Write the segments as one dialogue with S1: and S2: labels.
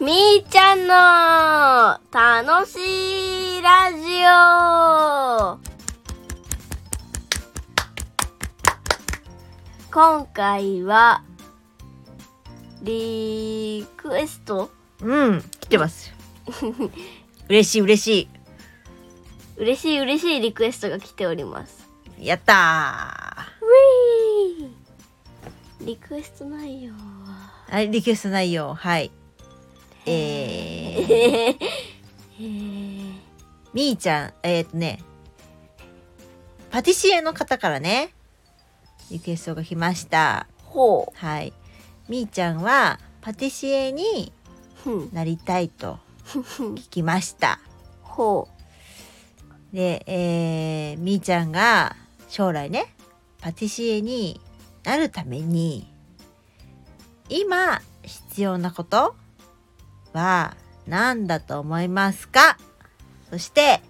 S1: みーちゃんの楽しいラジオ今回はリクエスト
S2: うん、来てます。嬉しい嬉し
S1: 嬉しい嬉しいリクエストが来ております
S2: い。やった
S1: ウィーリクエスト内容は
S2: ー。はい、リクエスト内容、はい。えー、
S1: えー、
S2: みーちゃん、えー、っとね、パティシエの方からね、リクエストが来ました。
S1: ほ
S2: はい。みーちゃんは、パティシエに
S1: うふん
S2: なりたいと
S1: ふんふん
S2: 聞きました。
S1: ほ
S2: で、えー、みーちゃんが将来ねパティシエになるために今必要なことは何だと思いますかそして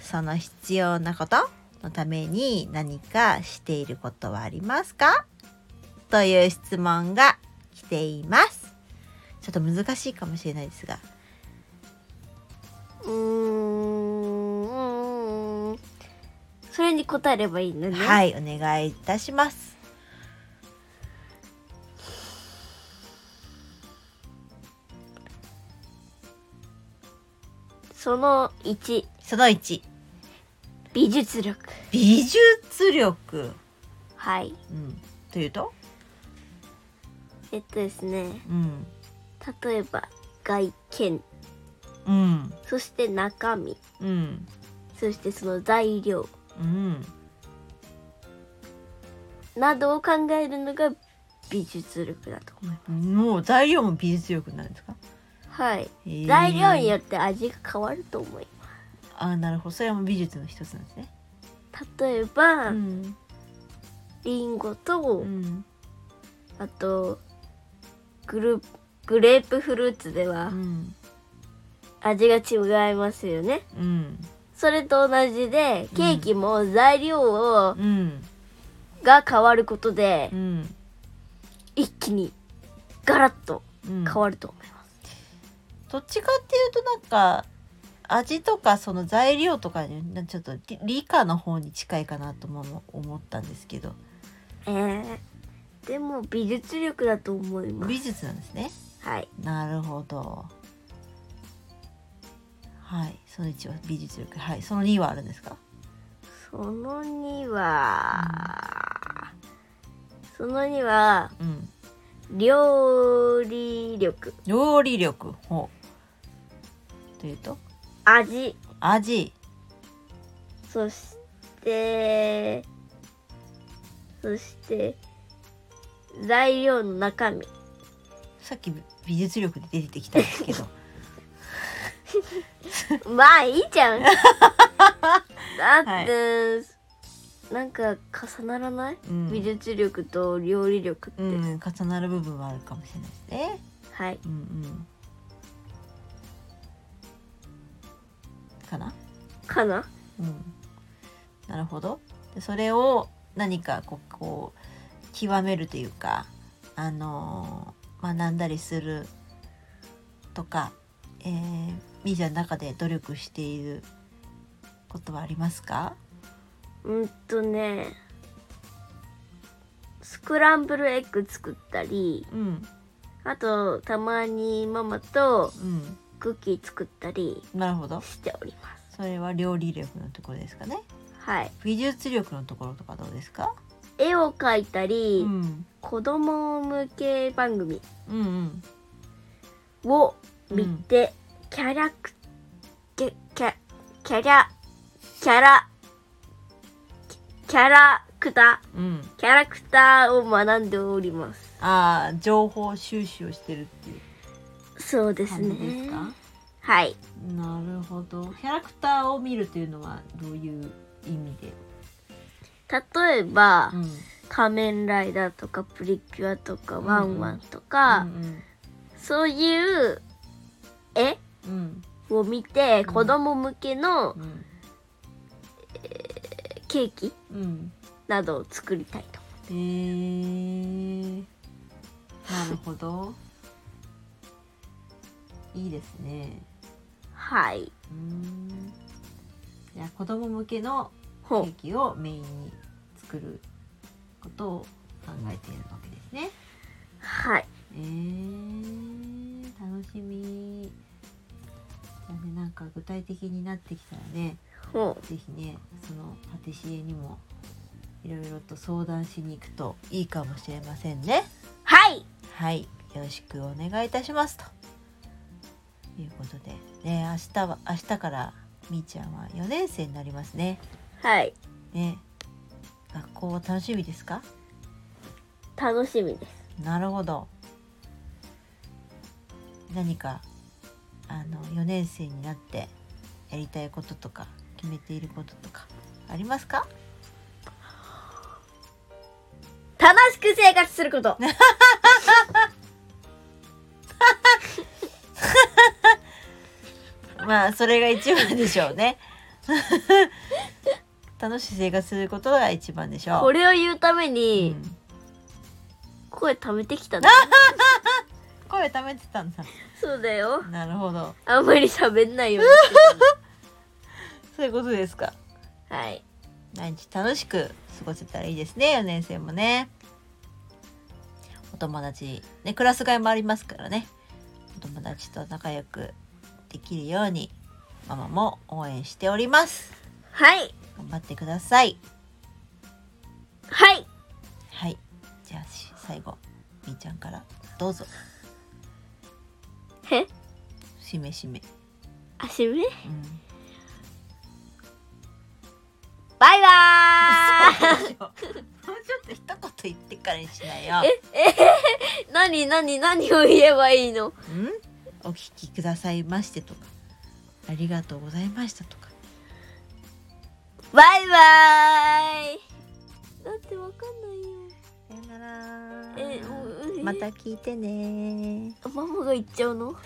S2: その必要なことのために何かしていることはありますかという質問が来ています。ちょっと難しいかもしれないですが、
S1: ううーんそれに答えればいいのね
S2: はいお願いいたします。
S1: その1
S2: その1
S1: 美術力
S2: 美術力
S1: はい
S2: うん、というと、
S1: えっとですね
S2: うん、
S1: 例えば外見
S2: うん、
S1: そして中身
S2: うん、
S1: そしてその材料
S2: うん、
S1: などを考えるのが美術力だと
S2: もう材料も美術力なんですか。
S1: はい
S2: へー
S1: 材料によって味が変わると思いま
S2: あ、なるほど、それも美術の一つなんですね。
S1: す例えば、
S2: ん、
S1: リンゴと、
S2: うん、
S1: あとグルグレープフルーツでは
S2: うん、
S1: 味が違いますよね
S2: うん、
S1: それと同じでケーキも材料を
S2: うん、
S1: が変わることで
S2: うん、
S1: 一気にガラッと
S2: 変
S1: 変わると思います、
S2: どっちかっていうと、なんか。味とかその材料とかになちょっと理理科の方に近いかなとも思ったんですけど
S1: えーでも美術力だと思います
S2: 美術なんですね
S1: はい
S2: なるほどはいその1は美術力はいその2はあるんですか
S1: その2はその2は
S2: うん
S1: 料理力
S2: 料理力ほうというと
S1: 味
S2: 味
S1: そしてそして材料の中身
S2: さっき美術力で出てきたんですけ ど
S1: まあいいじゃんだって、なんか重ならない、
S2: うん
S1: 美術力と料理力って、
S2: うん重なる部分はあるかもしれないですね
S1: はい
S2: うんうんかな
S1: かな
S2: うんなるほどでそれを何かこうこう極めるというかあのー学んだりするとか、えー、ミージャの中で努力していることはありますか
S1: うんとねスクランブルエッグ作ったり
S2: うん
S1: あとたまにママと
S2: うん
S1: クッキー作ったり
S2: なるほど
S1: しておりま
S2: それは料理力のところですかね
S1: すはい
S2: 美術力のところとかどうですか、
S1: 絵を描いた
S2: う
S1: り、
S2: ん、
S1: 子供向け番組
S2: うんうん
S1: を見て、キャラクキャキャキャラキャラキャラクタ
S2: うん
S1: ーキャラクターを学んでおります
S2: ああ情報収集をしてるっていう
S1: そうです
S2: 感じ
S1: ね
S2: ですか、
S1: はい
S2: なるほど。キャラクターを見るというのはどういう意味で？
S1: 例えば、
S2: ん。
S1: 仮面ライダーとかプリキュアとかワンワンとか、
S2: うん
S1: そういう絵
S2: うん
S1: を見て、
S2: うん
S1: 子供向けの
S2: うん
S1: ケーキ
S2: うん。
S1: などを作りたいと
S2: えー、なるほど。いいですね
S1: はい。
S2: うんじゃあ子供向けのケ
S1: ほう
S2: ー。キをメインに作ることを考えているわけですね
S1: はい。
S2: えー、楽しみだねなんか具体的になってきたらね
S1: ほ
S2: ぜひねそのパティシエにもいろいろと相談しに行くといいかもしれませんね
S1: う。はい。
S2: はいよろしくお願いいたしますということでね明日は明日からみーちゃんは4年生になりますね
S1: はい。
S2: ね学校は楽しみですか
S1: 楽しみです。
S2: なるほど何かあの4年生になってやりたいこととか決めていることとかありますか
S1: 楽しく生活すること。
S2: まあそれが一番でしょうね 楽しい生活することが一番でしょう
S1: これを言うため
S2: う
S1: に、
S2: ん
S1: 声貯めてきたね。
S2: 声溜めてたんだ
S1: そうだよ。
S2: なるほど
S1: あんまり喋んないようにして
S2: そういうことですか
S1: たの。はい。
S2: 毎日楽しく過ごせたらいいですね4年生もねお友達ねクラス替えもありますからねお友達と仲良くできるようにママも応援しております
S1: はい。
S2: 頑張ってください
S1: はい。
S2: はいじゃあし最後みーちゃんからどうぞ
S1: へ
S2: しめしめ、
S1: 足め
S2: うん、
S1: バイバーイ
S2: そうでしょもうちょっと一言言ってからにしないよ
S1: 何何何を言えばいいの
S2: んお聞きくださいましてとかありがとうございましたとか
S1: バイバーイだってわかんないよ
S2: さよなら
S1: えもううん
S2: また聞いてね
S1: ママが言っちゃうの